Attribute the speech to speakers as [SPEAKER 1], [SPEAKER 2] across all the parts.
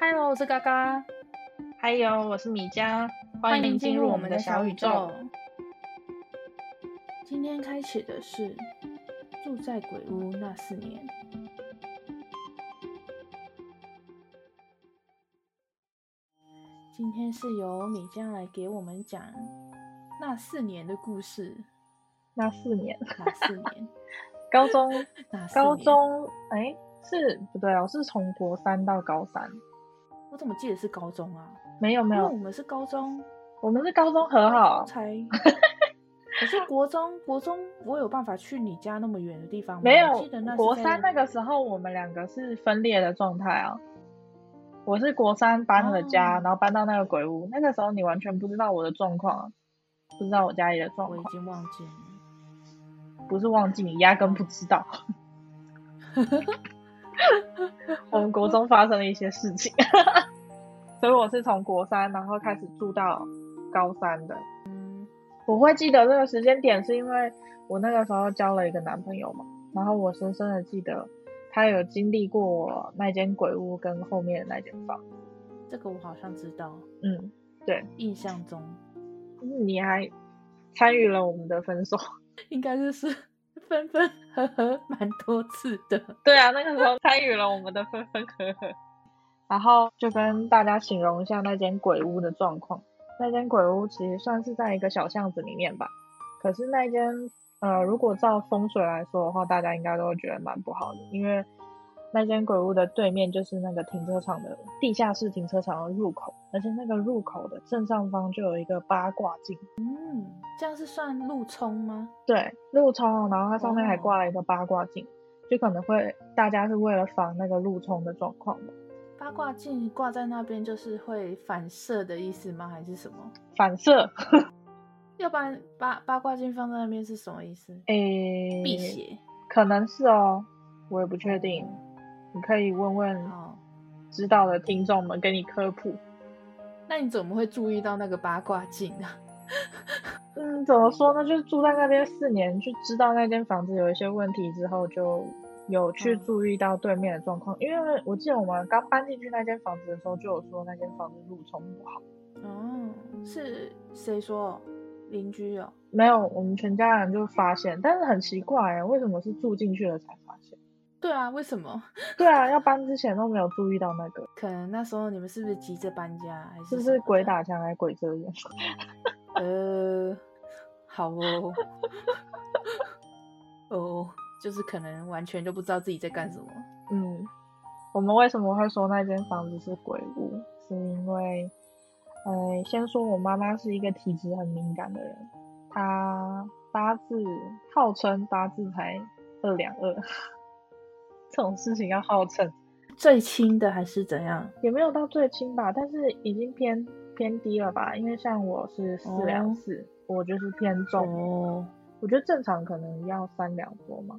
[SPEAKER 1] Hello，我是嘎嘎，
[SPEAKER 2] 还有，我是米江，欢迎进入我们的小宇宙。。
[SPEAKER 1] 今天开始的是住在鬼屋那四年。今天是由米江来给我们讲那四年的故事。
[SPEAKER 2] 那四年，
[SPEAKER 1] 那四年？
[SPEAKER 2] 高中，
[SPEAKER 1] 那四年
[SPEAKER 2] 高？中，哎、是不对哦，是从国三到高三，
[SPEAKER 1] 我怎么记得是高中啊？
[SPEAKER 2] 没有没
[SPEAKER 1] 因为
[SPEAKER 2] 有
[SPEAKER 1] 我，们是高中，
[SPEAKER 2] 我们是高中和好，
[SPEAKER 1] 才。可是国中，国中我有办法去你家那么远的地方吗？
[SPEAKER 2] 没有
[SPEAKER 1] 我记得那是
[SPEAKER 2] 国
[SPEAKER 1] 在
[SPEAKER 2] 三那个时候，我们两个是分裂的状态啊。我是国三搬了家，
[SPEAKER 1] 哦
[SPEAKER 2] 然后搬到那个鬼屋，那个时候你完全不知道我的状况啊，不知道我家里的状
[SPEAKER 1] 我已
[SPEAKER 2] 况，
[SPEAKER 1] 经忘记了。
[SPEAKER 2] 不是忘记你，压根不知道。我们国中发生了一些事情，所以我是从国三，然后开始住到高三的。我会记得这个时间点，是因为我那个时候交了一个男朋友嘛，然后我深深的记得他有经历过我那间鬼屋跟后面的那间房。
[SPEAKER 1] 这个我好像知道，
[SPEAKER 2] 嗯，
[SPEAKER 1] 印象中
[SPEAKER 2] 你还参与了我们的分手。
[SPEAKER 1] 应该就是分分合合蛮多次的。
[SPEAKER 2] 对啊，那个时候参与了我们的分分合合，然后就跟大家形容一下那间鬼屋的状况。那间鬼屋其实算是在一个小巷子里面吧，可是那间呃，如果照风水来说的话，大家应该都会觉得蛮不好的，因为那间鬼屋的对面就是那个停车场的地下室停车场的入口，而且那个入口的正上方就有一个八卦镜，
[SPEAKER 1] 嗯，这样是算路冲吗？
[SPEAKER 2] 对，路冲，然后它上面还
[SPEAKER 1] 哦
[SPEAKER 2] 挂了一个八卦镜，就可能会大家是为了防那个路冲的状况嘛，
[SPEAKER 1] 八卦镜挂在那边就是会反射的意思吗？还是什么？
[SPEAKER 2] 反射，
[SPEAKER 1] 要不然八八卦镜放在那边是什么意思？
[SPEAKER 2] 诶，
[SPEAKER 1] 辟哎邪。
[SPEAKER 2] 可能是哦，我也不确定，你可以问问
[SPEAKER 1] 哦，
[SPEAKER 2] 知道的听众们给你科普。
[SPEAKER 1] 那你怎么会注意到那个八卦镜呢、
[SPEAKER 2] 嗯，怎么说呢？就是住在那边四年，就知道那间房子有一些问题之后，就有去
[SPEAKER 1] 嗯
[SPEAKER 2] 注意到对面的状况。因为我记得我们刚搬进去那间房子的时候，就有说那间房子路冲不好。
[SPEAKER 1] 哦，是谁说？邻居哦。
[SPEAKER 2] 没有，我们全家人就发现，但是很奇怪哎，为什么是住进去了才发现？
[SPEAKER 1] 对啊，为什么？
[SPEAKER 2] 对啊，要搬之前都没有注意到那个，
[SPEAKER 1] 可能那时候你们是不是急着搬家，
[SPEAKER 2] 是
[SPEAKER 1] 还是
[SPEAKER 2] 不
[SPEAKER 1] 什么
[SPEAKER 2] 是
[SPEAKER 1] 的
[SPEAKER 2] 鬼？打墙还鬼遮眼？
[SPEAKER 1] 呃，好哦，哦，就是可能完全就不知道自己在干什么。
[SPEAKER 2] 嗯，我们为什么会说那间房子是鬼屋？是因为，呃，先说我妈妈是一个体质很敏感的人，她八字号称八字才二两二， 这种事情要号称。
[SPEAKER 1] 最轻的还是怎样？
[SPEAKER 2] 也没有到最轻吧，但是已经偏偏低了吧？因为像我是四两四，我就是偏重。
[SPEAKER 1] 哦
[SPEAKER 2] 我觉得正常可能要三两多嘛。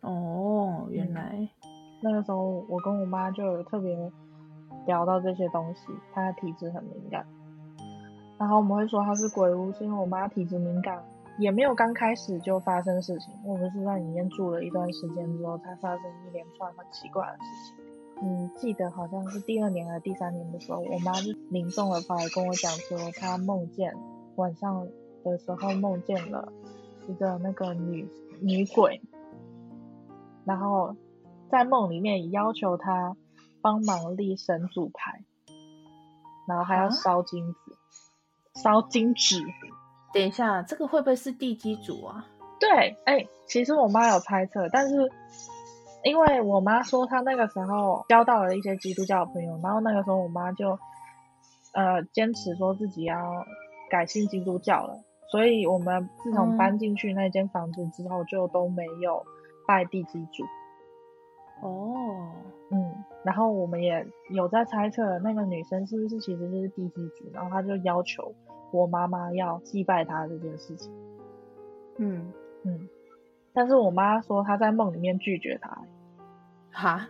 [SPEAKER 1] 哦，原
[SPEAKER 2] 嗯
[SPEAKER 1] 来
[SPEAKER 2] 那个时候我跟我妈就有特别聊到这些东西，她的体质很敏感。然后我们会说她是鬼屋，是因为我妈体质敏感，也没有刚开始就发生事情，我们是在里面住了一段时间之后，才发生一连串很奇怪的事情。嗯，记得好像是第二年还是第三年的时候，我妈就临终了跑来跟我讲说，她梦见晚上的时候梦见了一个那个女女鬼，然后在梦里面要求她帮忙立神主牌，然后还要
[SPEAKER 1] 啊
[SPEAKER 2] 烧金纸，烧金纸。
[SPEAKER 1] 等一下，这个会不会是地基组啊？
[SPEAKER 2] 对，哎、其实我妈有猜测，但是因为我妈说她那个时候交到了一些基督教的朋友，然后那个时候我妈就呃坚持说自己要改信基督教了，所以我们自从
[SPEAKER 1] 嗯
[SPEAKER 2] 搬进去那间房子之后，就都没有拜地基主。
[SPEAKER 1] 哦，
[SPEAKER 2] 嗯，然后我们也有在猜测那个女生是不是其实就是地基主，然后她就要求我妈妈要祭拜她这件事情。
[SPEAKER 1] 嗯，
[SPEAKER 2] 嗯，但是我妈说她在梦里面拒绝他、
[SPEAKER 1] 哈，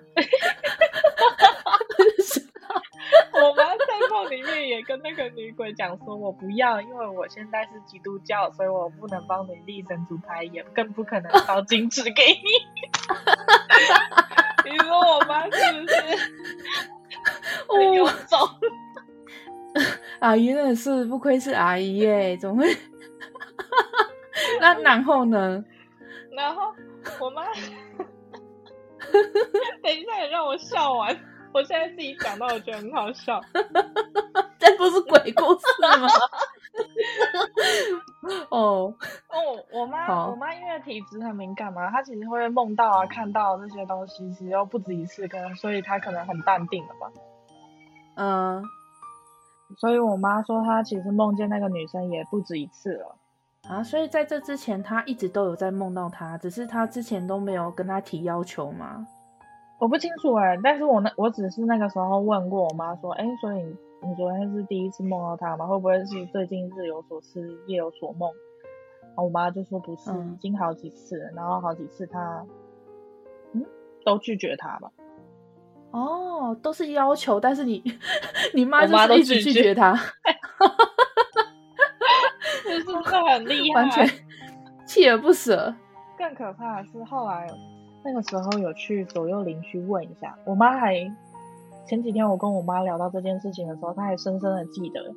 [SPEAKER 2] 我妈在梦里面也跟那个女鬼讲说，我不要，因为我现在是基督教，所以我不能帮你立神主牌，也更不可能烧金纸给 你。你说我妈是不是？很有
[SPEAKER 1] 哦
[SPEAKER 2] 种。
[SPEAKER 1] 阿姨真的是不愧是阿姨耶，怎么会？ 那然后呢？
[SPEAKER 2] 然后我妈，等一下也让我笑完，我现在自己讲到我觉得很好笑。
[SPEAKER 1] 这不是鬼故事吗？ 哦，
[SPEAKER 2] 哦，我妈，
[SPEAKER 1] 好
[SPEAKER 2] 我妈因为体质很敏感嘛，她其实会梦到啊、看到啊这些东西，其实又不止一次跟，所以她可能很淡定了吧。
[SPEAKER 1] 嗯、
[SPEAKER 2] 所以我妈说，她其实梦见那个女生也不止一次了。
[SPEAKER 1] 啊，所以在这之前，他一直都有在梦到他，只是他之前都没有跟他提要求嘛。
[SPEAKER 2] 我不清楚哎、但是我那我只是那个时候问过我妈说，哎、所以你你昨天是第一次梦到她吗？会不会是最近日有所思夜有所梦？然后我妈就说不是，
[SPEAKER 1] 嗯
[SPEAKER 2] 已经好几次了，然后好几次她，嗯，都拒绝她 吧。
[SPEAKER 1] 哦，都是要求，但是你 你妈
[SPEAKER 2] 我
[SPEAKER 1] 就
[SPEAKER 2] 妈
[SPEAKER 1] 是
[SPEAKER 2] 都
[SPEAKER 1] 一直
[SPEAKER 2] 拒绝
[SPEAKER 1] 拒绝他，
[SPEAKER 2] 这是不是很厉害？
[SPEAKER 1] 完 全锲而不舍。
[SPEAKER 2] 更可怕的是，后来那个时候有去左右邻居问一下，我妈还前几天我跟我妈聊到这件事情的时候，她还深深的记得，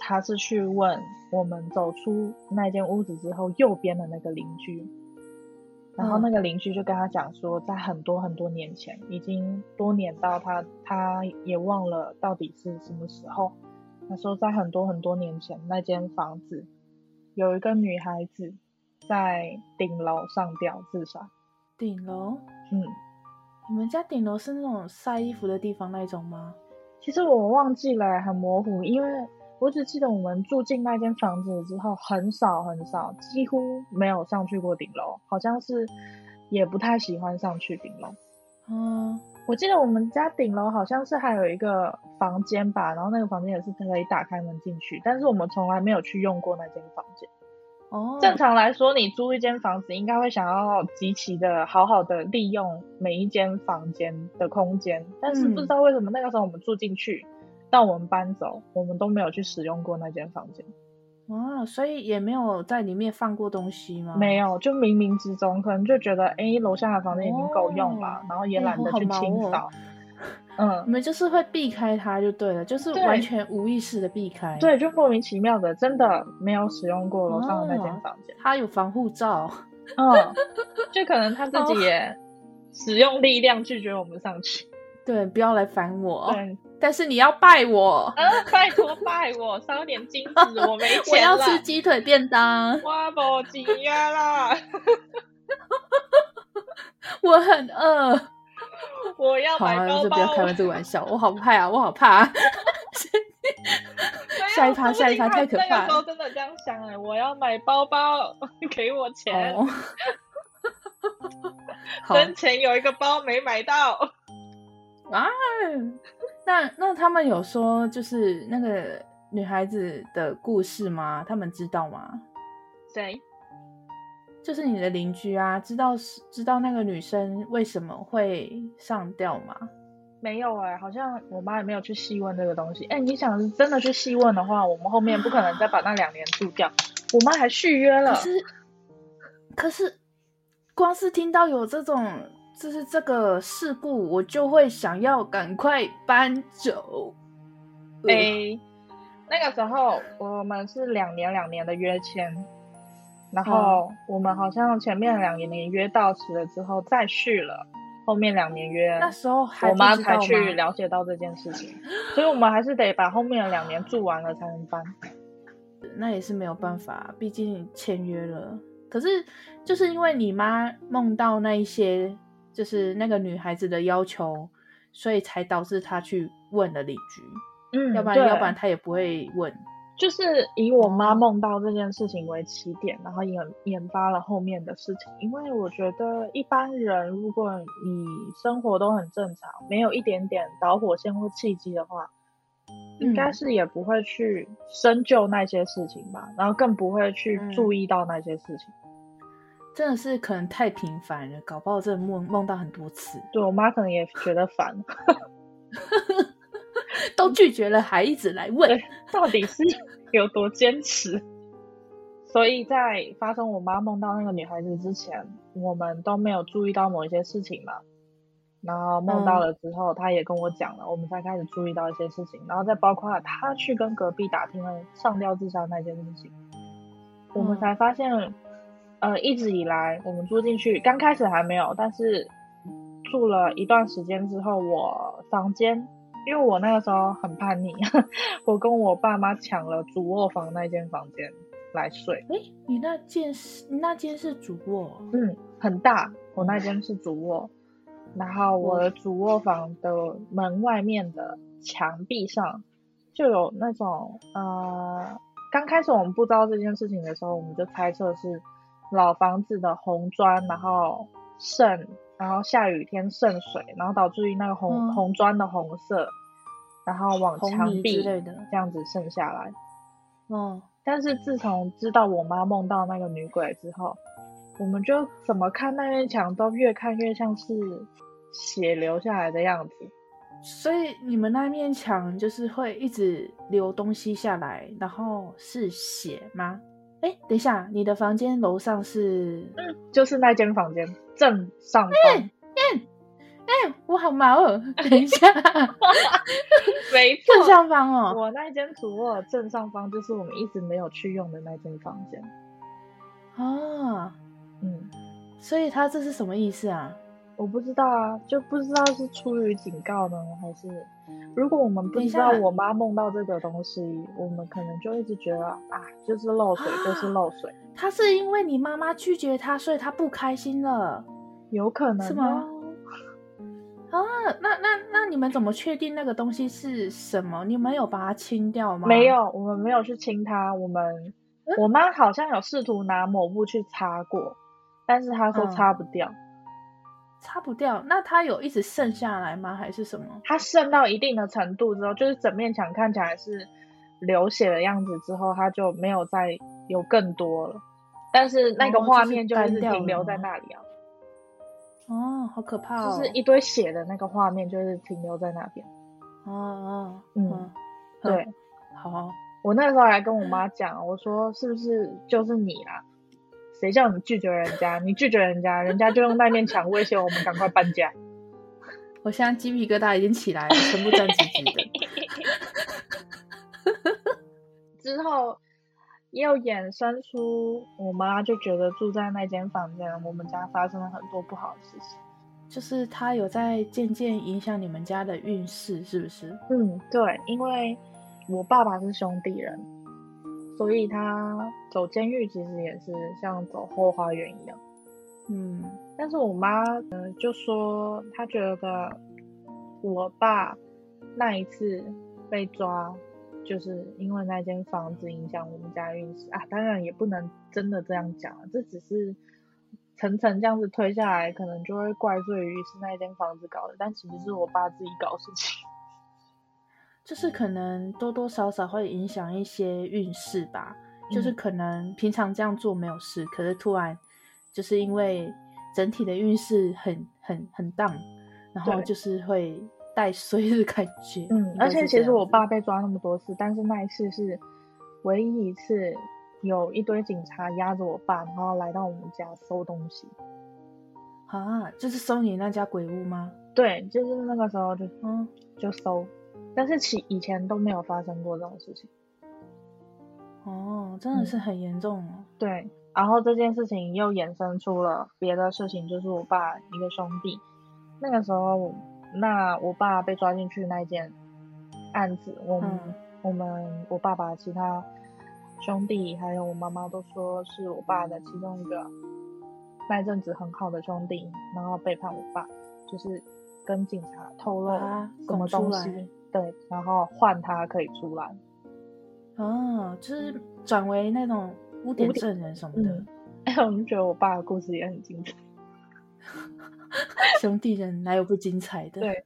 [SPEAKER 2] 她是去问我们走出那间屋子之后右边的那个邻居，然后
[SPEAKER 1] 嗯
[SPEAKER 2] 那个邻居就跟她讲说，在很多很多年前，已经多年到她她也忘了到底是什么时候，她说在很多很多年前那间房子有一个女孩子。在顶楼上吊自杀。
[SPEAKER 1] 顶楼，
[SPEAKER 2] 嗯，
[SPEAKER 1] 你们家顶楼是那种晒衣服的地方那种吗？
[SPEAKER 2] 其实我忘记了，欸很模糊，因为我只记得我们住进那间房子之后，很少很少，几乎没有上去过顶楼，好像是也不太喜欢上去顶楼。
[SPEAKER 1] 嗯，
[SPEAKER 2] 我记得我们家顶楼好像是还有一个房间吧，然后那个房间也是可以打开门进去，但是我们从来没有去用过那间房间。
[SPEAKER 1] 哦，
[SPEAKER 2] 正常来说，你租一间房子，应该会想要极其的好好的利用每一间房间的空间，但是
[SPEAKER 1] 嗯
[SPEAKER 2] 不知道为什么那个时候我们住进去，到我们搬走，我们都没有去使用过那间房间，
[SPEAKER 1] 哇，所以也没有在里面放过东西吗？
[SPEAKER 2] 没有，就冥冥之中可能就觉得，哎、楼下的房间已经够用了，
[SPEAKER 1] 哦
[SPEAKER 2] 然后也
[SPEAKER 1] 哎
[SPEAKER 2] 懒得
[SPEAKER 1] 好
[SPEAKER 2] 去
[SPEAKER 1] 忙
[SPEAKER 2] 清
[SPEAKER 1] 哦
[SPEAKER 2] 扫，
[SPEAKER 1] 你
[SPEAKER 2] 嗯，
[SPEAKER 1] 们就是会避开它就对了，就是
[SPEAKER 2] 对
[SPEAKER 1] 完全无意识的避开。，
[SPEAKER 2] 对，就莫名其妙的，真的没有使用过楼上的那间
[SPEAKER 1] 哦
[SPEAKER 2] 房间，
[SPEAKER 1] 它有防护罩。
[SPEAKER 2] 嗯，就可能他自
[SPEAKER 1] 哦
[SPEAKER 2] 己也使用力量拒绝我们上去，
[SPEAKER 1] 对，不要来烦我。
[SPEAKER 2] 对。
[SPEAKER 1] 但是你要拜我，
[SPEAKER 2] 啊，拜托拜我，烧点金子，我没
[SPEAKER 1] 我
[SPEAKER 2] 钱
[SPEAKER 1] 要
[SPEAKER 2] 了，
[SPEAKER 1] 吃鸡腿便当，
[SPEAKER 2] 我没钱啊啦，
[SPEAKER 1] 我很饿。
[SPEAKER 2] 我要
[SPEAKER 1] 好啊，
[SPEAKER 2] 买包
[SPEAKER 1] 就不
[SPEAKER 2] 包。
[SPEAKER 1] 要开玩这个玩笑，我好怕啊，我好怕、啊。
[SPEAKER 2] 没有
[SPEAKER 1] 下一趴
[SPEAKER 2] 说不定
[SPEAKER 1] 下一趴
[SPEAKER 2] 他
[SPEAKER 1] 太可怕
[SPEAKER 2] 那个时候真的这样想哎、我要买包包，给我钱。
[SPEAKER 1] 哦，好，
[SPEAKER 2] 生前有一个包没买到，
[SPEAKER 1] 嗯 那那他们有说就是那个女孩子的故事吗？他们知道吗？
[SPEAKER 2] 谁？
[SPEAKER 1] 就是你的邻居啊，知道是知道那个女生为什么会上吊吗？
[SPEAKER 2] 没有哎、好像我妈也没有去细问这个东西。哎、你想是真的去细问的话，我们后面不可能再把那两年住掉。我妈还续约了
[SPEAKER 1] 可，是，可是，光是听到有这种就是这个事故，我就会想要赶快搬走。呃
[SPEAKER 2] 哎、那个时候我们是两年两年的约签，然后
[SPEAKER 1] 嗯
[SPEAKER 2] 我们好像前面两年约到期了之后再续了，后面两年约，
[SPEAKER 1] 那时候还
[SPEAKER 2] 我妈
[SPEAKER 1] 不知道
[SPEAKER 2] 才
[SPEAKER 1] 吗
[SPEAKER 2] 去了解到这件事情，所以我们还是得把后面的两年住完了才能搬。
[SPEAKER 1] 那也是没有办法，毕竟签约了。可是，就是因为你妈梦到那一些，就是那个女孩子的要求，所以才导致她去问了邻居，
[SPEAKER 2] 嗯
[SPEAKER 1] 要不然
[SPEAKER 2] 对
[SPEAKER 1] 要不然她也不会问。
[SPEAKER 2] 就是以我妈梦到这件事情为起点，然后引引发了后面的事情。因为我觉得一般人如果你生活都很正常，没有一点点导火线或契机的话，应该
[SPEAKER 1] 嗯
[SPEAKER 2] 是也不会去深究那些事情吧，然后更不会去
[SPEAKER 1] 嗯
[SPEAKER 2] 注意到那些事情。
[SPEAKER 1] 真的是可能太频繁了，搞不好真的梦梦到很多次。
[SPEAKER 2] 对我妈可能也觉得烦，
[SPEAKER 1] 都拒绝了，还一直来问
[SPEAKER 2] 对。 到底是有多坚持？所以在发生我妈梦到那个女孩子之前，我们都没有注意到某一些事情嘛。然后梦到了之后，他也跟我讲了，我们才开始注意到一些事情，然后再包括他去跟隔壁打听了上吊自杀那件事情，我们
[SPEAKER 1] 嗯
[SPEAKER 2] 才发现，呃，一直以来我们住进去，刚开始还没有，但是住了一段时间之后，我房间，因为我那个时候很叛逆， 我跟我爸妈抢了主卧房那间房间来睡，
[SPEAKER 1] 哎、你那间是你那间是主卧，
[SPEAKER 2] 嗯，很大，我那
[SPEAKER 1] 嗯
[SPEAKER 2] 间是主卧，然后我的主卧房的门外面的墙壁上就有那种呃，刚开始我们不知道这件事情的时候，我们就猜测是老房子的红砖，然后渗，然后下雨天渗水，然后导致于那个红、
[SPEAKER 1] 嗯
[SPEAKER 2] 红砖的红色，然后往
[SPEAKER 1] 红
[SPEAKER 2] 墙
[SPEAKER 1] 泥
[SPEAKER 2] 壁
[SPEAKER 1] 之类的
[SPEAKER 2] 这样子渗下来。
[SPEAKER 1] 哦，
[SPEAKER 2] 但是自从知道我妈梦到那个女鬼之后，我们就怎么看那面墙都越看越像是血流下来的样子。
[SPEAKER 1] 所以你们那面墙就是会一直流东西下来，然后是血吗？哎、等一下，你的房间楼上是？
[SPEAKER 2] 嗯就是那间房间正上
[SPEAKER 1] 嗯
[SPEAKER 2] 方，
[SPEAKER 1] 哎、我好 毛哦！等一下，
[SPEAKER 2] 没
[SPEAKER 1] 正上方哦。
[SPEAKER 2] 我那间主卧正上方就是我们一直没有去用的那间房间。
[SPEAKER 1] 哦，
[SPEAKER 2] 嗯，
[SPEAKER 1] 所以他这是什么意思啊？
[SPEAKER 2] 我不知道啊，就不知道是出于警告呢，还是如果我们不
[SPEAKER 1] 等一
[SPEAKER 2] 知道
[SPEAKER 1] 下
[SPEAKER 2] 我妈梦到这个东西，我们可能就一直觉得啊，就是漏水，
[SPEAKER 1] 啊
[SPEAKER 2] 就是漏水，
[SPEAKER 1] 他是因为你妈妈拒绝他，所以他不开心了，
[SPEAKER 2] 有可能
[SPEAKER 1] 是
[SPEAKER 2] 啊
[SPEAKER 1] 吗？啊，那那那你们怎么确定那个东西是什么？你们有把它清掉吗？
[SPEAKER 2] 没。有，我们没有去清它。我们、
[SPEAKER 1] 嗯
[SPEAKER 2] 我妈好像有试图拿抹布去擦过，但是她说
[SPEAKER 1] 嗯
[SPEAKER 2] 擦不掉，
[SPEAKER 1] 擦不掉，那它有一直剩下来吗？还是什么？
[SPEAKER 2] 它渗到一定的程度之后，就是整面墙看起来是流血的样子，之后它就没有再有更多了。但是那个
[SPEAKER 1] 哦
[SPEAKER 2] 画
[SPEAKER 1] 就是
[SPEAKER 2] 面就
[SPEAKER 1] 干
[SPEAKER 2] 一直
[SPEAKER 1] 掉
[SPEAKER 2] 停
[SPEAKER 1] 了
[SPEAKER 2] 留在
[SPEAKER 1] 吗
[SPEAKER 2] 那里啊，
[SPEAKER 1] 哦，好可怕哦！
[SPEAKER 2] 就是一堆血的那个画面就是停留在那边。
[SPEAKER 1] 哦哦，
[SPEAKER 2] 嗯
[SPEAKER 1] 嗯，
[SPEAKER 2] 对，
[SPEAKER 1] 好哦，
[SPEAKER 2] 我那时候还跟我妈讲，我说是不是就是你啦？谁叫你拒绝人家？你拒绝人家，人家就用那面墙威胁我们赶快搬家。
[SPEAKER 1] 我现在鸡皮疙瘩已经起来了，全部站直直的。
[SPEAKER 2] 之后又衍生出我妈就觉得住在那间房间，我们家发生了很多不好的事情。
[SPEAKER 1] 就是它有在渐渐影响你们家的运势，是不是？
[SPEAKER 2] 嗯，对，因为我爸爸是兄弟人，所以他走监狱其实也是像走后花园一样。
[SPEAKER 1] 嗯，
[SPEAKER 2] 但是我妈呃就说她觉得我爸那一次被抓，就是因为那间房子影响我们家运势啊。当然也不能真的这样讲啊，这只是层层这样子推下来，可能就会怪罪于是那间房子搞的，但其实是我爸自己搞的事 情。嗯
[SPEAKER 1] 就是可能多多少少会影响一些运势吧。就是
[SPEAKER 2] 嗯
[SPEAKER 1] 可能平常这样做没有事，可是突然就是因为整体的运势很很很荡，然后
[SPEAKER 2] 对
[SPEAKER 1] 就是会带衰的感觉。
[SPEAKER 2] 嗯
[SPEAKER 1] 应，该
[SPEAKER 2] 而且
[SPEAKER 1] 是
[SPEAKER 2] 其
[SPEAKER 1] 这
[SPEAKER 2] 实
[SPEAKER 1] 样
[SPEAKER 2] 我
[SPEAKER 1] 子
[SPEAKER 2] 爸被抓那么多次，但是那一次是唯一一次有一堆警察压着我爸，然后来到我们家搜东西。
[SPEAKER 1] 啊，就是收你那家鬼屋吗？
[SPEAKER 2] 对，就是那个时候就
[SPEAKER 1] 嗯，
[SPEAKER 2] 就搜，但是其以前都没有发生过这种事情。
[SPEAKER 1] 哦，真的是
[SPEAKER 2] 嗯
[SPEAKER 1] 很严重哦。
[SPEAKER 2] 对，然后这件事情又衍生出了别的事情，就是我爸一个兄弟，那个时候那我爸被抓进去那件案子，我们、
[SPEAKER 1] 嗯
[SPEAKER 2] 我们我爸爸其他兄弟还有我妈妈都说是我爸的其中一个那阵子很好的兄弟，然后背叛我爸，就是跟警察透露
[SPEAKER 1] 把他
[SPEAKER 2] 什么
[SPEAKER 1] 拱啊出
[SPEAKER 2] 东
[SPEAKER 1] 来
[SPEAKER 2] 西，对，然后换他可以出来。
[SPEAKER 1] 哦，就是转为那种污点证人什么的
[SPEAKER 2] 嗯，哎， 我就觉得我爸的故事也很精彩。
[SPEAKER 1] 兄弟人哪有不精彩的？
[SPEAKER 2] 对，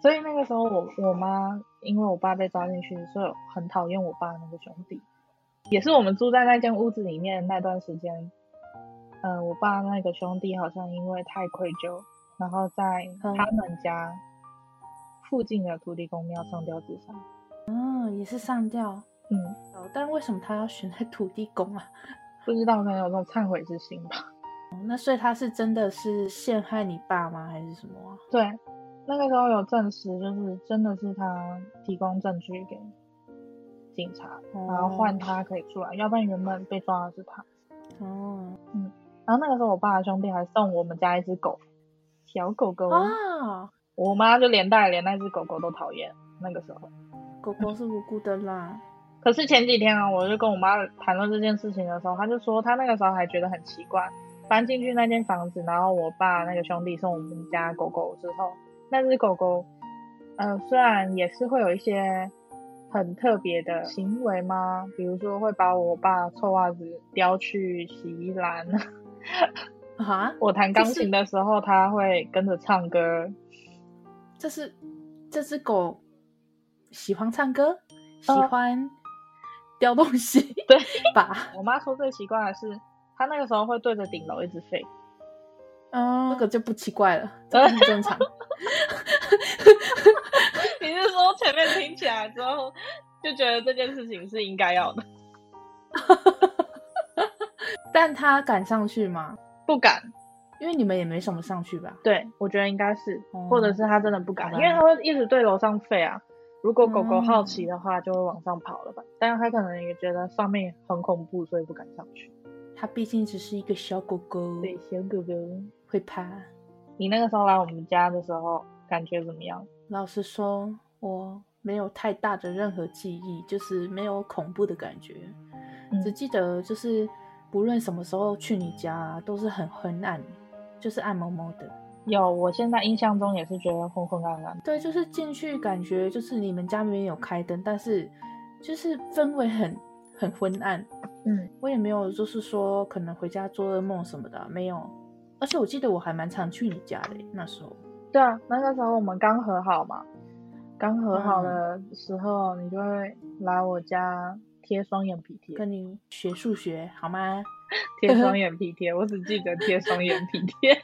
[SPEAKER 2] 所以那个时候我我妈因为我爸被抓进去，所以很讨厌我爸那个兄弟，也是我们住在那间屋子里面那段时间，呃，我爸那个兄弟好像因为太愧疚，然后在
[SPEAKER 1] 嗯
[SPEAKER 2] 他们家附近的土地公庙上吊自杀。
[SPEAKER 1] 哦，也是上吊。
[SPEAKER 2] 嗯，
[SPEAKER 1] 哦但为什么他要选在土地公啊？
[SPEAKER 2] 不知道可能有这种忏悔之心吧。
[SPEAKER 1] 哦那所以他是真的是陷害你爸吗？还是什么啊？
[SPEAKER 2] 对，那个时候有证实，就是真的是他提供证据给警察，然后换他可以出来，要不然原本被抓的是他。
[SPEAKER 1] 哦
[SPEAKER 2] 然后那个时候，我爸的兄弟还送我们家一只狗，小狗狗，
[SPEAKER 1] 啊，
[SPEAKER 2] 我妈就连带连那只狗狗都讨厌。那个时候，
[SPEAKER 1] 狗狗是无辜的啦。
[SPEAKER 2] 可是前几天啊，我就跟我妈谈论这件事情的时候，她就说她那个时候还觉得很奇怪，搬进去那间房子，然后我爸那个兄弟送我们家狗狗之后，那只狗狗，呃，虽然也是会有一些很特别的行为吗？比如说会把我爸臭袜子叼去洗衣篮，
[SPEAKER 1] 啊，
[SPEAKER 2] 我弹钢琴的时候，它会跟着唱歌。
[SPEAKER 1] 这是这只狗喜欢唱歌，喜
[SPEAKER 2] 哦
[SPEAKER 1] 欢叼东西，
[SPEAKER 2] 对
[SPEAKER 1] 吧？
[SPEAKER 2] 我妈说最奇怪的是，它那个时候会对着顶楼一直吠。
[SPEAKER 1] 嗯，这个就不奇怪了，这个很正 常。
[SPEAKER 2] 嗯你是说前面听起来之后就觉得这件事情是应该要的？
[SPEAKER 1] 但他敢上去吗？
[SPEAKER 2] 不敢，
[SPEAKER 1] 因为你们也没什么上去吧？
[SPEAKER 2] 对我觉得应该是，
[SPEAKER 1] 哦
[SPEAKER 2] 或者是它真的不敢，
[SPEAKER 1] 好吧
[SPEAKER 2] 因为它会一直对楼上吠啊。如果狗狗好奇的话，就会往上跑了吧？但是它可能也觉得上面很恐怖，所以不敢上去。
[SPEAKER 1] 它哦毕竟只是一个小狗狗，
[SPEAKER 2] 对，小狗狗，
[SPEAKER 1] 会怕。
[SPEAKER 2] 你那个时候来我们家的时候，感觉怎么样？
[SPEAKER 1] 老实说，我没有太大的任何记忆，就是没有恐怖的感觉，
[SPEAKER 2] 嗯
[SPEAKER 1] 只记得就是不论什么时候去你家、啊，都是很昏暗，就是暗蒙蒙的。
[SPEAKER 2] 有，我现在印象中也是觉得昏昏暗暗。
[SPEAKER 1] 对，就是进去感觉就是你们家明明有开灯，但是就是氛围很很昏暗。
[SPEAKER 2] 嗯，
[SPEAKER 1] 我也没有就是说可能回家做噩梦什么的啊，没有。而且我记得我还蛮常去你家的欸那时候。
[SPEAKER 2] 对啊，那个时候我们刚和好嘛，刚和
[SPEAKER 1] 嗯
[SPEAKER 2] 好的时候，你就会来我家贴双眼皮贴，
[SPEAKER 1] 跟你学数学好吗？
[SPEAKER 2] 贴双眼皮贴，我只记得贴双眼皮贴。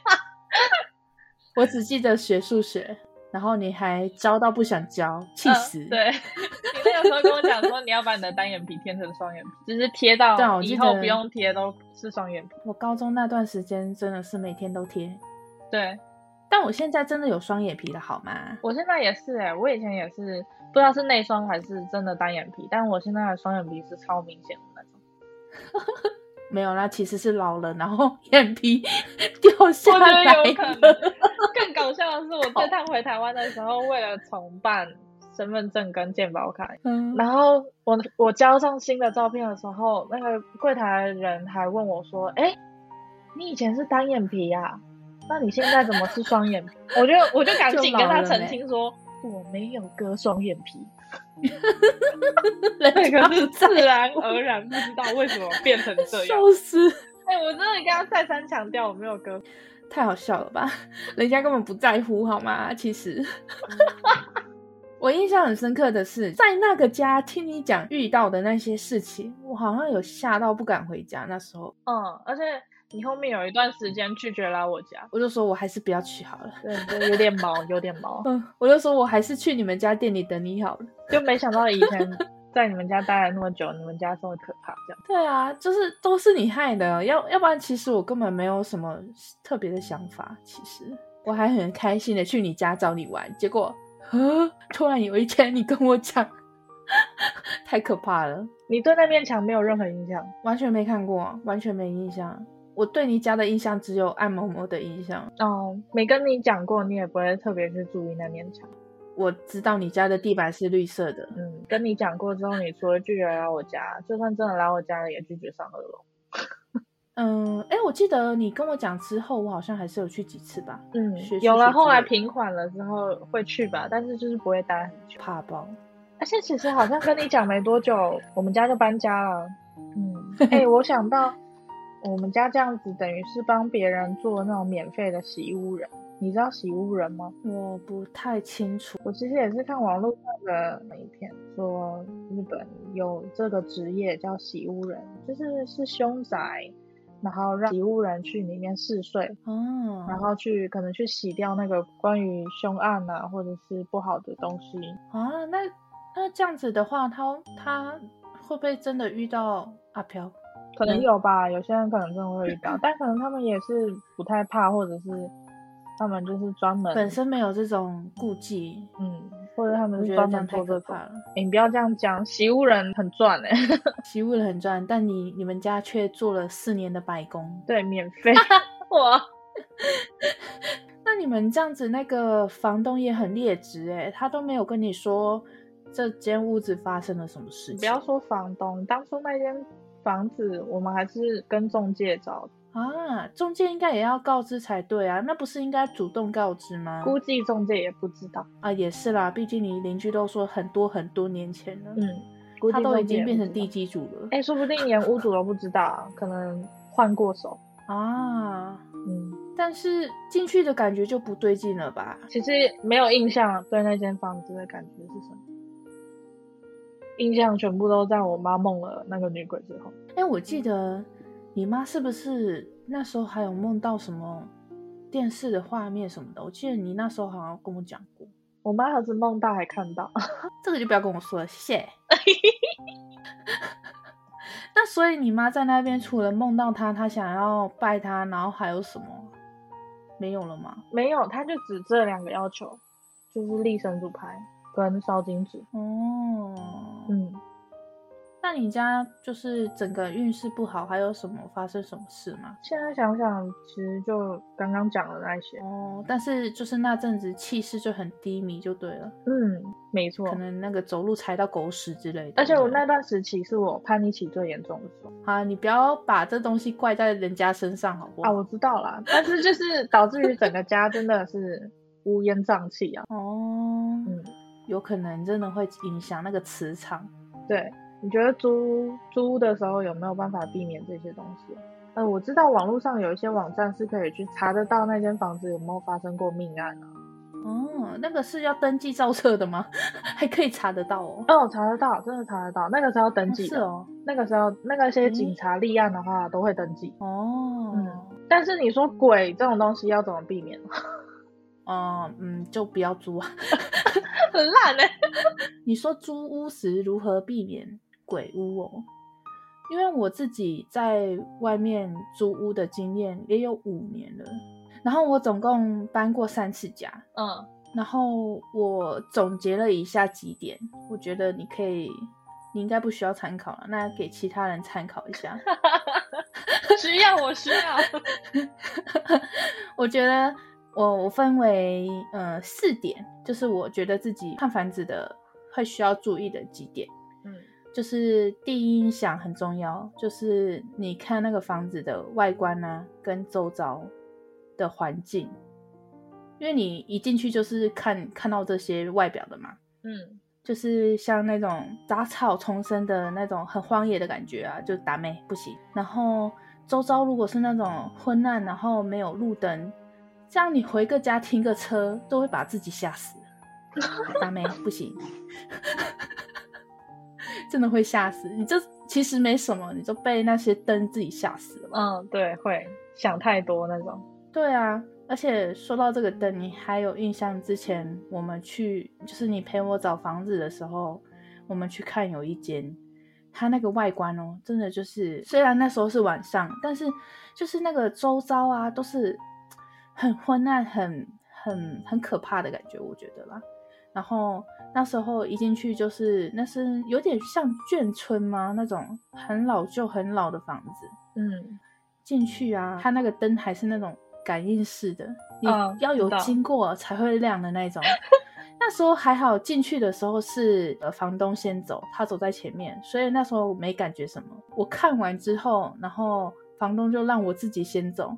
[SPEAKER 1] 我只记得学数学，然后你还教到不想教， 气死。
[SPEAKER 2] 嗯 对，你那个时候跟我讲说你要把你的单眼皮贴成双眼皮，就是贴到
[SPEAKER 1] 对啊我记
[SPEAKER 2] 以
[SPEAKER 1] 得
[SPEAKER 2] 后不用贴都是双眼皮。
[SPEAKER 1] 我高中那段时间真的是每天都贴，
[SPEAKER 2] 对
[SPEAKER 1] 但我现在真的有双眼皮了，好吗？
[SPEAKER 2] 我现在也是哎、我以前也是不知道是内双还是真的单眼皮，但我现在的双眼皮是超明显的那种。
[SPEAKER 1] 没有啦，其实是老了，然后 眼皮掉下
[SPEAKER 2] 我觉
[SPEAKER 1] 来
[SPEAKER 2] 得有可能
[SPEAKER 1] 了。。
[SPEAKER 2] 更搞笑的是，我这趟回台湾的时候，为了重办身份证跟健保卡，
[SPEAKER 1] 嗯，
[SPEAKER 2] 然后我我交上新的照片的时候，那个柜台的人还问我说：“哎、你以前是单眼皮呀、那你现在怎么是双眼皮？”我就我就赶紧跟他澄清说。我没有割双眼 皮，
[SPEAKER 1] 人
[SPEAKER 2] 那
[SPEAKER 1] 家
[SPEAKER 2] 个
[SPEAKER 1] 不
[SPEAKER 2] 是
[SPEAKER 1] 在
[SPEAKER 2] 自然而然，不知道为什么变成 这样。
[SPEAKER 1] 笑死，
[SPEAKER 2] 哎、我真的跟他再三强调我没有割
[SPEAKER 1] 太好笑了吧？ 人家根本不在乎，好吗？其实。
[SPEAKER 2] 嗯
[SPEAKER 1] 我印象很深刻的是，在那个家听你讲遇到的那些事情，我好像有吓到不敢回家。那时候
[SPEAKER 2] 嗯，而且你后面有一段时间拒绝来我家，
[SPEAKER 1] 我就说我还是不要去好了。
[SPEAKER 2] 对，就有点毛，有点毛，
[SPEAKER 1] 嗯，我就说我还是去你们家店里等你好了。
[SPEAKER 2] 就没想到以前在你们家待了那么久，你们家这么可怕，这样。
[SPEAKER 1] 对啊，就是都是你害的，要要不然其实我根本没有什么特别的想法。其实我还很开心的去你家找你玩，结果，呃，突然有一天你跟我讲， 太可怕了，
[SPEAKER 2] 你对那面墙没有任何印象
[SPEAKER 1] 完全没看过，完全没印象。我对你家的印象只有暗蒙蒙的印象。
[SPEAKER 2] 哦，没跟你讲过，你也不会特别去注意那面墙。
[SPEAKER 1] 我知道你家的地板是绿色的，
[SPEAKER 2] 嗯，跟你讲过之后，你除了拒绝来我家，就算真的来我家了，也拒绝上二楼。
[SPEAKER 1] 嗯，哎，我记得你跟我讲之后，我好像还是有去几次吧，
[SPEAKER 2] 嗯
[SPEAKER 1] 学，
[SPEAKER 2] 有
[SPEAKER 1] 学
[SPEAKER 2] 了，
[SPEAKER 1] 习
[SPEAKER 2] 后
[SPEAKER 1] 之
[SPEAKER 2] 来
[SPEAKER 1] 类的
[SPEAKER 2] 平缓了之后会去吧，但是就是不会待很久。
[SPEAKER 1] 怕爆。
[SPEAKER 2] 而且其实好像跟你讲没多久，我们家就搬家了。嗯，哎、我想到我们家这样子，等于是帮别人做那种免费的洗屋人。你知道洗屋人吗？
[SPEAKER 1] 我不太清楚，
[SPEAKER 2] 我其实也是看网络上的影片，说日本有这个职业叫洗屋人，就是是凶宅，然后让洗屋人去里面试睡，
[SPEAKER 1] 哦，
[SPEAKER 2] 然后去可能去洗掉那个关于凶案啊，或者是不好的东西。
[SPEAKER 1] 啊，那那这样子的话，他他会不会真的遇到阿飘？
[SPEAKER 2] 可能有吧，有些人可能真的会遇到，但可能他们也是不太怕，或者是他们就是专门
[SPEAKER 1] 本身没有这种顾忌，
[SPEAKER 2] 嗯，或者他
[SPEAKER 1] 我
[SPEAKER 2] 们
[SPEAKER 1] 觉
[SPEAKER 2] 是
[SPEAKER 1] 得
[SPEAKER 2] 专
[SPEAKER 1] 这样
[SPEAKER 2] 门
[SPEAKER 1] 太
[SPEAKER 2] 做
[SPEAKER 1] 可
[SPEAKER 2] 这
[SPEAKER 1] 怕
[SPEAKER 2] 种。
[SPEAKER 1] 了。
[SPEAKER 2] 诶你不要这样讲，习物人很赚哎、
[SPEAKER 1] 习武人很赚，但你你们家却做了四年的白工，
[SPEAKER 2] 对，免
[SPEAKER 1] 啊
[SPEAKER 2] 费。哇，
[SPEAKER 1] 那你们这样子，那个房东也很劣质哎、他都没有跟你说这间屋子发生了什么事
[SPEAKER 2] 你
[SPEAKER 1] 情。
[SPEAKER 2] 不要说房东，当初那间房子我们还是跟中介找的，
[SPEAKER 1] 啊，中介应该也要告知才对啊，那不是应该主动告知吗？
[SPEAKER 2] 估计中介也不知道，
[SPEAKER 1] 啊，也是啦，毕竟你邻居都说很多很多年前了，
[SPEAKER 2] 嗯，估计
[SPEAKER 1] 他都已
[SPEAKER 2] 中介也
[SPEAKER 1] 经
[SPEAKER 2] 不
[SPEAKER 1] 变成
[SPEAKER 2] 知道
[SPEAKER 1] 地基主了、
[SPEAKER 2] 哎、说不定连屋主都不知道啊，可能换过手。
[SPEAKER 1] 啊。
[SPEAKER 2] 嗯，
[SPEAKER 1] 但是进去的感觉就不对劲了吧？
[SPEAKER 2] 其实没有印象对那间房子的感觉是什么，印象全部都在我妈梦了那个女鬼之后。
[SPEAKER 1] 哎、我记得你妈是不是那时候还有梦到什么电视的画面什么的？我记得你那时候好像跟我讲过，
[SPEAKER 2] 我妈何止梦到还看到，
[SPEAKER 1] 这个就不要跟我说了，谢 谢。那所以你妈在那边除了梦到她，她想要拜她，然后还有什么？没有了吗？
[SPEAKER 2] 没有，她就只这两个要求，就是立神主牌跟烧金纸。
[SPEAKER 1] 哦，
[SPEAKER 2] 嗯，
[SPEAKER 1] 那你家就是整个运势不好，还有什么发生什么事吗？
[SPEAKER 2] 现在想想，其实就刚刚讲的那些。
[SPEAKER 1] 哦，但是就是那阵子气势就很低迷，就对了，
[SPEAKER 2] 嗯，没错
[SPEAKER 1] 可。能那个走路踩到狗屎之类的。
[SPEAKER 2] 而且我
[SPEAKER 1] 对
[SPEAKER 2] 那段时期是我叛逆期最严重的时候
[SPEAKER 1] 啊，你不要把这东西怪在人家身上，好不
[SPEAKER 2] 啊，
[SPEAKER 1] 好？哦
[SPEAKER 2] 我知道啦，但是就是导致于整个家真的是乌烟瘴气啊。
[SPEAKER 1] 哦，
[SPEAKER 2] 嗯，
[SPEAKER 1] 有可能真的会影响那个磁场。
[SPEAKER 2] 对，你觉得租租的时候有没有办法避免这些东西？呃，我知道网络上有一些网站是可以去查得到那间房子有没有发生过命案啊。
[SPEAKER 1] 哦，那个是要登记造册的吗？ 还可以查得到哦。
[SPEAKER 2] 哦，查得到，真的查得到，那个时候登
[SPEAKER 1] 哦
[SPEAKER 2] 记
[SPEAKER 1] 是
[SPEAKER 2] 的，
[SPEAKER 1] 哦，
[SPEAKER 2] 那个时候那个些
[SPEAKER 1] 诶
[SPEAKER 2] 警察立案的话都会登记。
[SPEAKER 1] 哦，
[SPEAKER 2] 嗯但是你说鬼这种东西要怎么避免？
[SPEAKER 1] 哦，嗯，就不要租啊。
[SPEAKER 2] 很烂欸呢、
[SPEAKER 1] 你说租屋时如何避免鬼屋哦？因为我自己在外面租屋的经验也有五年了，然后我总共搬过三次家，
[SPEAKER 2] 嗯，
[SPEAKER 1] 然后我总结了以下几点，我觉得你可以，你应该不需要参考了，那给其他人参考一下。
[SPEAKER 2] 需要我需要。
[SPEAKER 1] 我觉得我我分为呃四点，就是我觉得自己看房子的会需要注意的几点。
[SPEAKER 2] 嗯
[SPEAKER 1] 就是第一印象很重要，就是你看那个房子的外观啊，跟周遭的环境，因为你一进去就是看看到这些外表的嘛，
[SPEAKER 2] 嗯
[SPEAKER 1] 就是像那种杂草丛生的那种很荒野的感觉啊，就打妹不行。然后周遭如果是那种昏暗，然后没有路灯，这样你回个家停个车都会把自己吓死。打妹不行， 真的会吓死。你就其实没什么，你就被那些灯自己吓死了吧。
[SPEAKER 2] 嗯，对，会想太多那种。
[SPEAKER 1] 对啊，而且说到这个灯，你还有印象？之前我们去，就是你陪我找房子的时候，我们去看有一间，它那个外观哦，真的就是，虽然那时候是晚上，但是就是那个周遭啊，都是很昏暗、很很很可怕的感觉，我觉得啦。然后那时候一进去就是，那是有点像眷村吗？那种很老旧、很老的房子。
[SPEAKER 2] 嗯，
[SPEAKER 1] 进去啊，它那个灯还是那种感应式的，你
[SPEAKER 2] 嗯
[SPEAKER 1] 要有
[SPEAKER 2] 知道
[SPEAKER 1] 经过才会亮的 那种。那时候还好，进去的时候是呃房东先走，他走在前面，所以那时候没感觉什么。我看完之后，然后房东就让我自己先走，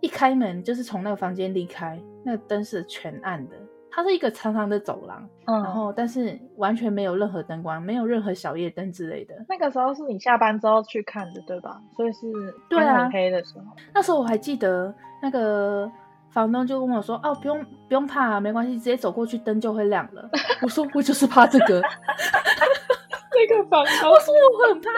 [SPEAKER 1] 一开门就是从那个房间离开，那个灯是全暗的，它是一个长长的走廊，
[SPEAKER 2] 嗯
[SPEAKER 1] 然后但是完全没有任何灯光，没有任何小夜灯之类的。
[SPEAKER 2] 那个时候是你下班之后去看的，对吧？所以是
[SPEAKER 1] 对
[SPEAKER 2] 天
[SPEAKER 1] 啊
[SPEAKER 2] 很黑的时候。
[SPEAKER 1] 那时候我还记得那个房东就跟我说：“哦，不用不用怕、啊，没关系，直接走过去灯就会亮了。” 我说：“我就是怕这个，
[SPEAKER 2] 那个房
[SPEAKER 1] 我说我很怕。”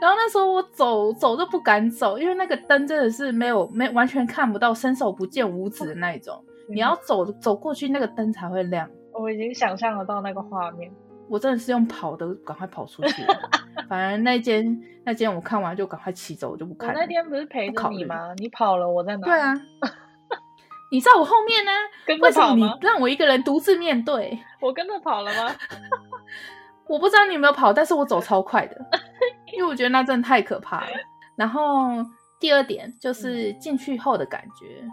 [SPEAKER 1] 然后那时候我走走都不敢走，因为那个灯真的是没有没完全看不到，伸手不见五指的那一种。你要走走过去，那个灯才会亮。
[SPEAKER 2] 我已经想象得到那个画面。
[SPEAKER 1] 我真的是用跑的，赶快跑出去了。 反正那间那间我看完就赶快骑走，我就不
[SPEAKER 2] 我
[SPEAKER 1] 看了。
[SPEAKER 2] 那天不是陪
[SPEAKER 1] 不
[SPEAKER 2] 着
[SPEAKER 1] 考
[SPEAKER 2] 你
[SPEAKER 1] 虑
[SPEAKER 2] 吗？你跑了，我在哪？
[SPEAKER 1] 对，啊，你在我后面呢、
[SPEAKER 2] 跟着
[SPEAKER 1] 为什么
[SPEAKER 2] 跑吗
[SPEAKER 1] 你？让我一个人独自面对？
[SPEAKER 2] 我跟着跑了 吗？
[SPEAKER 1] 我不知道你有没有跑，但是我走超快的，因为我觉得那真的太可怕了。然后第二点就是进去后的感觉，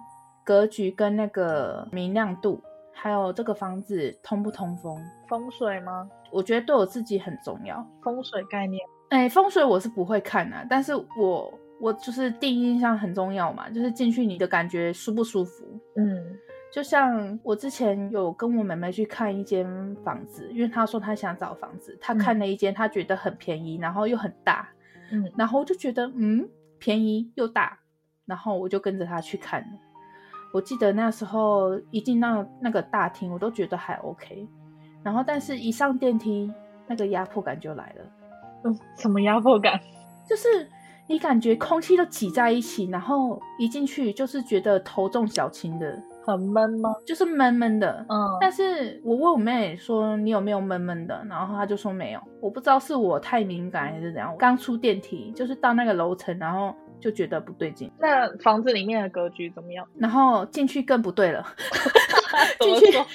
[SPEAKER 1] 格局跟那个明亮度，还有这个房子通不通风，
[SPEAKER 2] 风水吗？
[SPEAKER 1] 我觉得对我自己很重要。
[SPEAKER 2] 风水概念，
[SPEAKER 1] 哎，风水我是不会看啊，但是我我就是第一印象很重要嘛，就是进去你的感觉舒不舒服。
[SPEAKER 2] 嗯
[SPEAKER 1] 就像我之前有跟我妹妹去看一间房子，因为她说她想找房子，她
[SPEAKER 2] 嗯
[SPEAKER 1] 看了一间，她觉得很便宜，然后又很大，
[SPEAKER 2] 嗯，
[SPEAKER 1] 然后我就觉得嗯，便宜又大，然后我就跟着她去看了。我记得那时候一进到那个大厅，我都觉得还 OK，然后但是一上电梯，那个压迫感就来了。
[SPEAKER 2] 嗯什么压迫感？
[SPEAKER 1] 就是你感觉空气都挤在一起，然后一进去就是觉得头重脚轻的，
[SPEAKER 2] 很闷吗？
[SPEAKER 1] 就是闷闷的。
[SPEAKER 2] 嗯，
[SPEAKER 1] 但是我问我妹说你有没有闷闷的，然后她就说没有，我不知道是我太敏感还是怎样。我刚出电梯就是到那个楼层，然后就觉得不对劲，
[SPEAKER 2] 那房子里面的格局怎 么样？
[SPEAKER 1] 然后进去更不对了，
[SPEAKER 2] 怎么
[SPEAKER 1] 进去
[SPEAKER 2] 说？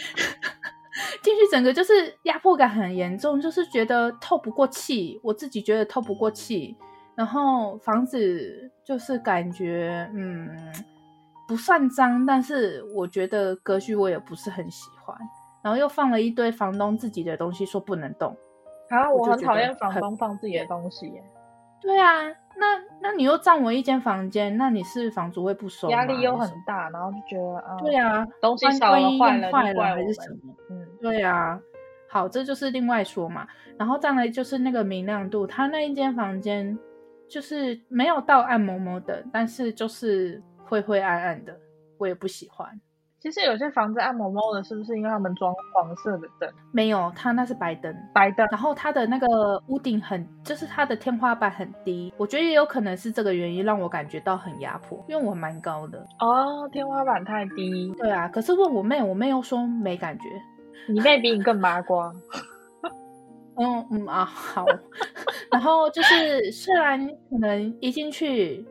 [SPEAKER 1] 进去整个就是压迫感很严重，就是觉得透不过气，我自己觉得透不过气。然后房子就是感觉，嗯，不算脏，但是我觉得格局我也不是很喜欢。然后又放了一堆房东自己的东西，说不能动。
[SPEAKER 2] 啊，我
[SPEAKER 1] 我就
[SPEAKER 2] 很
[SPEAKER 1] 觉
[SPEAKER 2] 讨
[SPEAKER 1] 得
[SPEAKER 2] 厌房
[SPEAKER 1] 很
[SPEAKER 2] 东放自己的东西耶，
[SPEAKER 1] 对啊，那那你又占我一间房间，那你是房租会不收吗？
[SPEAKER 2] 压力又
[SPEAKER 1] 还
[SPEAKER 2] 很
[SPEAKER 1] 是什么。
[SPEAKER 2] 大，然后就觉得啊，
[SPEAKER 1] 对，啊，
[SPEAKER 2] 东西
[SPEAKER 1] 万
[SPEAKER 2] 少
[SPEAKER 1] 万
[SPEAKER 2] 了
[SPEAKER 1] 一
[SPEAKER 2] 坏
[SPEAKER 1] 用
[SPEAKER 2] 了就
[SPEAKER 1] 坏了
[SPEAKER 2] 怪我
[SPEAKER 1] 还是
[SPEAKER 2] 们
[SPEAKER 1] 什么？
[SPEAKER 2] 嗯
[SPEAKER 1] 对啊，好，这就是另外说嘛。然后再来就是那个明亮度，它那一间房间就是没有到暗蒙蒙的，但是就是灰灰暗暗的，我也不喜欢。
[SPEAKER 2] 其实有些房子按摩猫的，是不是因为他们装黄色的灯、
[SPEAKER 1] 没有，它那是白灯，
[SPEAKER 2] 白灯？
[SPEAKER 1] 然后它的那个屋顶很，就是它的天花板很低，我觉得也有可能是这个原因让我感觉到很压迫，因为我蛮高的。
[SPEAKER 2] 哦，天花板太低，
[SPEAKER 1] 对啊，可是问我妹，我妹又说没感觉。
[SPEAKER 2] 你妹比你更麻瓜。
[SPEAKER 1] 嗯嗯啊，好。然后就是，虽然可能一进去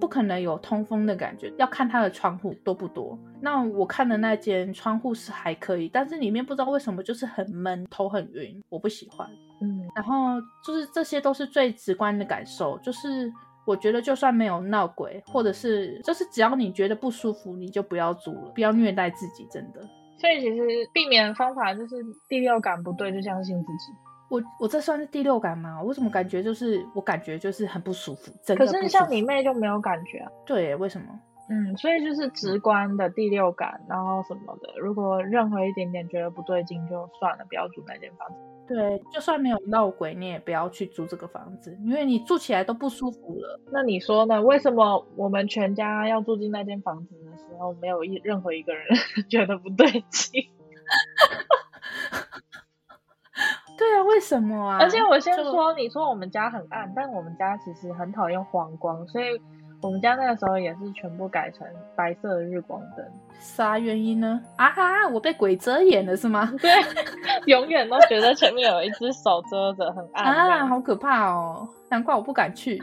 [SPEAKER 1] 不可能有通风的感觉，要看它的窗户多不多。那我看的那间窗户是还可以，但是里面不知道为什么就是很闷，头很晕，我不喜欢。
[SPEAKER 2] 嗯，
[SPEAKER 1] 然后就是这些都是最直观的感受，就是我觉得就算没有闹鬼，或者是就是只要你觉得不舒服，你就不要住了，不要虐待自己，真的。
[SPEAKER 2] 所以其实避免的方法就是第六感不对就相信自己。
[SPEAKER 1] 我我这算是第六感吗？我怎么感觉就是我感觉就是很不舒服，真的
[SPEAKER 2] 可
[SPEAKER 1] 不
[SPEAKER 2] 是
[SPEAKER 1] 舒服
[SPEAKER 2] 像你妹就没有感觉啊。
[SPEAKER 1] 对，为什么？
[SPEAKER 2] 嗯，所以就是直观的第六感，然后什么的，如果任何一点点觉得不对劲就算了，不要住那间房子。
[SPEAKER 1] 对，就算没有闹鬼，你也不要去租这个房子，因为你住起来都不舒服了。
[SPEAKER 2] 那你说呢？为什么我们全家要住进那间房子的时候，没有一任何一个人 觉得不对劲？
[SPEAKER 1] 对啊，为什么啊？
[SPEAKER 2] 而且我先
[SPEAKER 1] 就嗯
[SPEAKER 2] 说，你说我们家很暗，但我们家其实很讨厌黄光，所以我们家那个时候也是全部改成白色的日光灯。
[SPEAKER 1] 啥原因呢？啊哈，我被鬼遮眼了是吗？
[SPEAKER 2] 对，永远都觉得前面有一只手遮着，很暗。
[SPEAKER 1] 啊，好可怕哦！难怪我不敢去。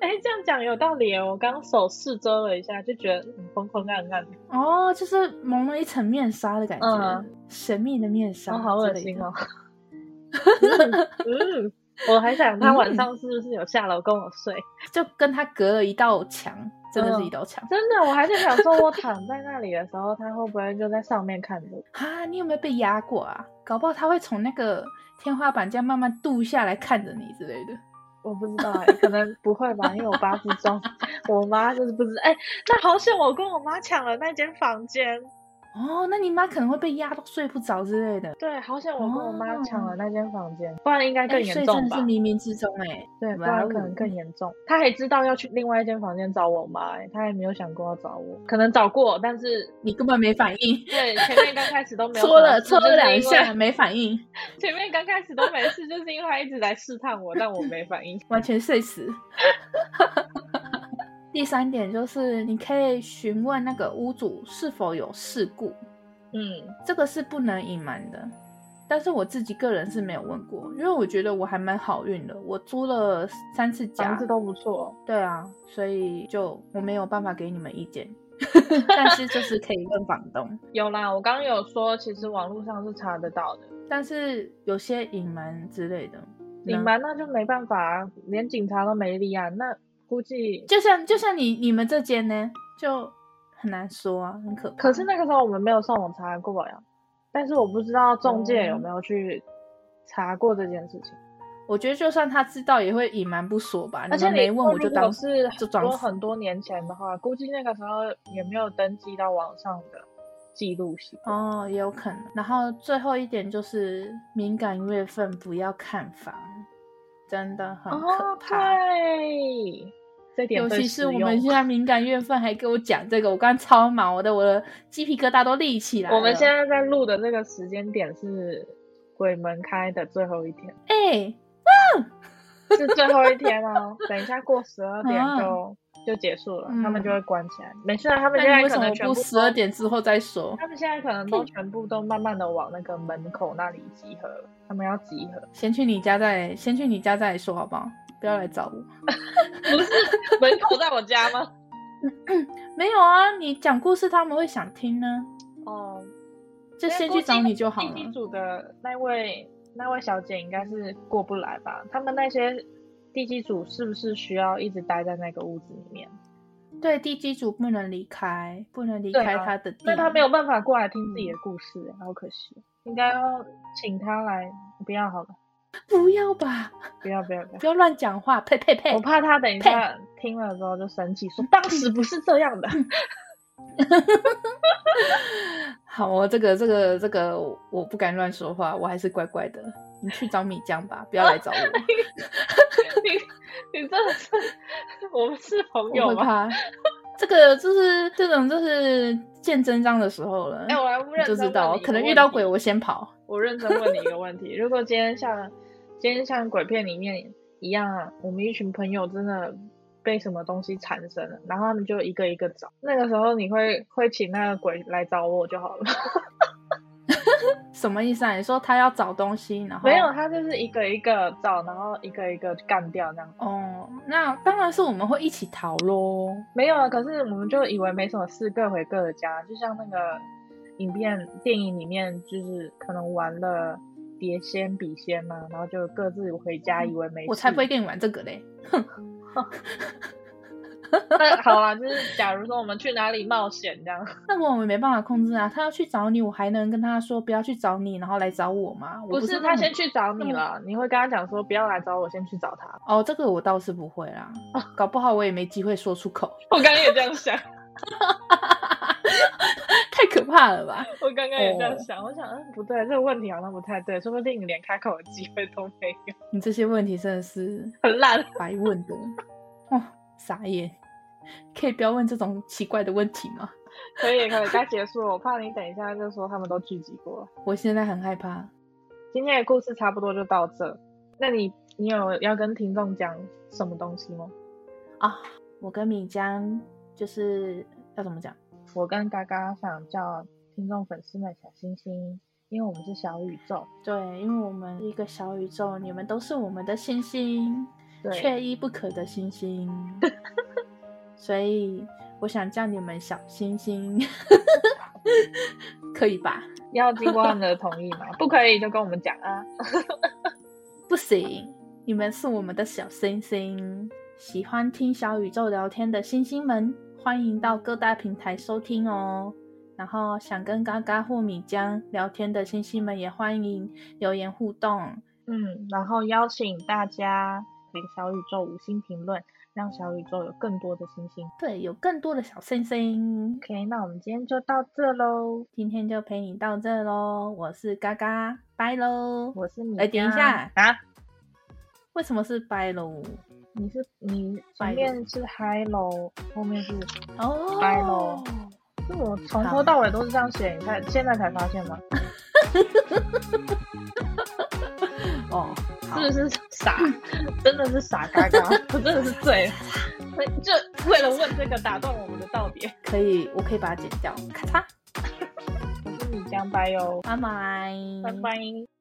[SPEAKER 2] 哎，诶这样讲有道理耶。我刚手试遮了一下，就觉得嗯昏昏暗暗的，
[SPEAKER 1] 哦，就是蒙了一层面纱的感觉，
[SPEAKER 2] 嗯
[SPEAKER 1] 神秘的面纱、
[SPEAKER 2] 哦，好恶
[SPEAKER 1] 之类
[SPEAKER 2] 心
[SPEAKER 1] 的
[SPEAKER 2] 哦。。嗯， 嗯我还想他晚上是不是有下楼跟我睡？
[SPEAKER 1] 就跟它隔了一道墙，真的是一道墙。
[SPEAKER 2] 真的，我还在想说，我躺在那里的时候，他会不会就在上面看着我？
[SPEAKER 1] 啊，你有没有被压过啊？搞不好他会从那个天花板这样慢慢渡下来看着你之类的。
[SPEAKER 2] 我不知道哎、可能不会吧，因为我八字重， 我妈就是不知哎、那好险，我跟我妈抢了那间房间。
[SPEAKER 1] 哦，那你妈可能会被压到睡不着之类的。
[SPEAKER 2] 对，好险我跟我妈抢了那间房间，不然应该
[SPEAKER 1] 哦哎
[SPEAKER 2] 更严
[SPEAKER 1] 所以真
[SPEAKER 2] 重
[SPEAKER 1] 的
[SPEAKER 2] 吧？
[SPEAKER 1] 是冥冥之中哎、
[SPEAKER 2] 对，不
[SPEAKER 1] 哇
[SPEAKER 2] 然
[SPEAKER 1] 哦
[SPEAKER 2] 可能更严重。她还知道要去另外一间房间找我妈、哎，她还没有想过要找我，可能找过，但是
[SPEAKER 1] 你根本没反应，
[SPEAKER 2] 对前面刚开始都 没有
[SPEAKER 1] 搓了
[SPEAKER 2] 什
[SPEAKER 1] 搓
[SPEAKER 2] 么事
[SPEAKER 1] 了两，
[SPEAKER 2] 就是因
[SPEAKER 1] 下
[SPEAKER 2] 为
[SPEAKER 1] 没反应，
[SPEAKER 2] 前面刚开始都没事，就是因为她一直在试探我，但我没反应。
[SPEAKER 1] 完全睡死。 第三点就是你可以询问那个屋主是否有事故，
[SPEAKER 2] 嗯，
[SPEAKER 1] 这个是不能隐瞒的。但是我自己个人是没有问过，因为我觉得我还蛮好运的，我租了三次
[SPEAKER 2] 房
[SPEAKER 1] 家
[SPEAKER 2] 子，都不错。
[SPEAKER 1] 对啊，所以就我没有办法给你们意见， 但是就是可以问房东，
[SPEAKER 2] 有啦，我刚刚有说，其实网络上是查得到的。
[SPEAKER 1] 但是有些隐瞒之类的，
[SPEAKER 2] 隐瞒那就没办法啊，连警察都没立案，那估计
[SPEAKER 1] 就像就像你你们这间呢，就很难说啊，很可怕。
[SPEAKER 2] 可是那个时候我们没有上网查过呀，但是我不知道中介有没有去查过这件事情。
[SPEAKER 1] 我觉得就算他知道，也会隐瞒不说吧。
[SPEAKER 2] 而且
[SPEAKER 1] 你们
[SPEAKER 2] 你
[SPEAKER 1] 没问，我就当
[SPEAKER 2] 是
[SPEAKER 1] 就
[SPEAKER 2] 很
[SPEAKER 1] 装
[SPEAKER 2] 多
[SPEAKER 1] 死。
[SPEAKER 2] 很多年前的话，估计那个时候也没有登记到网上的记录系统。
[SPEAKER 1] 哦，也有可能。然后最后一点就是敏感月份不要看房，真的很
[SPEAKER 2] 哦
[SPEAKER 1] 可怕。
[SPEAKER 2] 对，这点
[SPEAKER 1] 尤
[SPEAKER 2] 最
[SPEAKER 1] 其是
[SPEAKER 2] 实
[SPEAKER 1] 我
[SPEAKER 2] 用
[SPEAKER 1] 们现在敏感月份还跟我讲这个，我刚超毛的，我的鸡皮疙瘩都立起来了。
[SPEAKER 2] 我们现在在录的这个时间点是鬼门开的最后一天，
[SPEAKER 1] 哎、
[SPEAKER 2] 是最后一天哦。等一下过十二点
[SPEAKER 1] 啊
[SPEAKER 2] 就、就结束了，
[SPEAKER 1] 嗯
[SPEAKER 2] 他们就会关起来。没事啊，他们现
[SPEAKER 1] 那
[SPEAKER 2] 在
[SPEAKER 1] 你为
[SPEAKER 2] 可
[SPEAKER 1] 什
[SPEAKER 2] 能
[SPEAKER 1] 么
[SPEAKER 2] 全部
[SPEAKER 1] 不
[SPEAKER 2] 都
[SPEAKER 1] 十二点之后再说？
[SPEAKER 2] 他们现在可能都全部都慢慢的往那个门口那里集合了，他们要集 合。
[SPEAKER 1] 先去你家再，先去你家再说好不好？不要来找我。
[SPEAKER 2] 门口在我家吗？
[SPEAKER 1] 没有啊，你讲故事他们会想听呢，
[SPEAKER 2] 哦，
[SPEAKER 1] 就先去找你就好了。
[SPEAKER 2] 第一组的那位那位小姐应该是过不来吧？他们那些地基组是不是需要一直待在那个屋子里面？
[SPEAKER 1] 对，地基主不能离开，不能离
[SPEAKER 2] 对啊
[SPEAKER 1] 开他的地。
[SPEAKER 2] 那他没有办法过来听自
[SPEAKER 1] 嗯
[SPEAKER 2] 己的故事、欸好可惜。哦应该要请他来，不要好了，
[SPEAKER 1] 不要吧，
[SPEAKER 2] 不要不要不要
[SPEAKER 1] 不，要乱讲话，呸呸呸
[SPEAKER 2] 我！怕他等一下听了之后就生气，说当时不是这样的。
[SPEAKER 1] 嗯好哦，这个这个这个，我不敢乱说话，我还是乖乖的。你去找米江吧，不要来找我，
[SPEAKER 2] 你你真的是，我们是朋
[SPEAKER 1] 我
[SPEAKER 2] 友
[SPEAKER 1] 会
[SPEAKER 2] 吗？
[SPEAKER 1] 怕。 这个就是这种就是见真章的时候了，
[SPEAKER 2] 哎、我来不认
[SPEAKER 1] 你就
[SPEAKER 2] 真
[SPEAKER 1] 知
[SPEAKER 2] 问
[SPEAKER 1] 道，
[SPEAKER 2] 你一个
[SPEAKER 1] 可能遇
[SPEAKER 2] 问
[SPEAKER 1] 到
[SPEAKER 2] 题
[SPEAKER 1] 鬼我先跑。
[SPEAKER 2] 我认真问你一个问题：如果今天像今天像鬼片里面一样啊，我们一群朋友真的被什么东西缠身了，然后他们就一个一个找，那个时候你会会请那个鬼来找我就好了。
[SPEAKER 1] 什么意思啊？你说他要找东西，然后
[SPEAKER 2] 没有，他就是一个一个找，然后一个一个干掉那样。
[SPEAKER 1] 哦，那当然是我们会一起逃喽。
[SPEAKER 2] 没有啊，可是我们就以为没什么事，各回各的家，就像那个影片电影里面，就是可能玩了碟仙、笔仙嘛，然后就各自回家，以为没事。
[SPEAKER 1] 我才不会跟你玩这个嘞。
[SPEAKER 2] 那好啊，就是假如说我们去哪里冒险这样，
[SPEAKER 1] 那个我们没办法控制啊，他要去找你，我还能跟他说不要去找你，然后来找我吗？
[SPEAKER 2] 不
[SPEAKER 1] 我是
[SPEAKER 2] 是他先去找你了，你会跟他讲说不要来找我，先去找他。
[SPEAKER 1] 哦，这个我倒是不会啦，
[SPEAKER 2] 哦
[SPEAKER 1] 搞不好我也没机会说出口，
[SPEAKER 2] 我刚刚也这样想，
[SPEAKER 1] 太可怕了吧？
[SPEAKER 2] 我刚刚也这样
[SPEAKER 1] 哦
[SPEAKER 2] 想，我想嗯不对，这个问题好像不太对，说不定你连开口的机会都没有，
[SPEAKER 1] 你这些问题真的是
[SPEAKER 2] 很烂。
[SPEAKER 1] 白问的，哇、傻眼！可以不要问这种奇怪的问题吗？
[SPEAKER 2] 可以可以，该结束了，我怕你等一下就说他们都聚集过了。
[SPEAKER 1] 我现在很害怕。
[SPEAKER 2] 今天的故事差不多就到这，那你你有要跟听众讲什么东西吗？
[SPEAKER 1] 我跟米江就是要怎么讲？
[SPEAKER 2] 我跟嘎嘎想叫听众粉丝们小星星，因为我们是小宇宙，
[SPEAKER 1] 对，因为我们一个小宇宙，你们都是我们的星星。
[SPEAKER 2] 对，
[SPEAKER 1] 缺一不可的星 星，所以我想叫你们小星 星，可以吧？
[SPEAKER 2] 要经过他们的同意吗？不可以就跟我们讲啊。
[SPEAKER 1] 不行，你们是我们的小星星。喜欢听小宇宙聊天的星星们，欢迎到各大平台收听哦。然后想跟嘎嘎或米江聊天的星星们，也欢迎留言互动。
[SPEAKER 2] 嗯，然后邀请大家给小宇宙五星评论，让小宇宙有更多的星星。
[SPEAKER 1] 对，有更多的小星星，
[SPEAKER 2] OK，那我们今天就到这喽。
[SPEAKER 1] 今天就陪你到这喽。我是嘎嘎，拜喽。
[SPEAKER 2] 我是你，
[SPEAKER 1] 哎等一下
[SPEAKER 2] 啊，
[SPEAKER 1] 为什么是拜喽？
[SPEAKER 2] 你是你
[SPEAKER 1] 拜
[SPEAKER 2] 前面是 Hello，后面是，
[SPEAKER 1] 哦，
[SPEAKER 2] 拜咯是我从头到尾都是这样写，你看现在才发现吗？
[SPEAKER 1] 哦，好
[SPEAKER 2] 是不是傻？ 真的是傻嘎嘎， 我真的是醉了， 就为了问这个打断我们的道别。
[SPEAKER 1] 可以，我可以把它剪掉，咔嚓，
[SPEAKER 2] 我是米江白哟，哦
[SPEAKER 1] 拜拜，
[SPEAKER 2] 拜拜。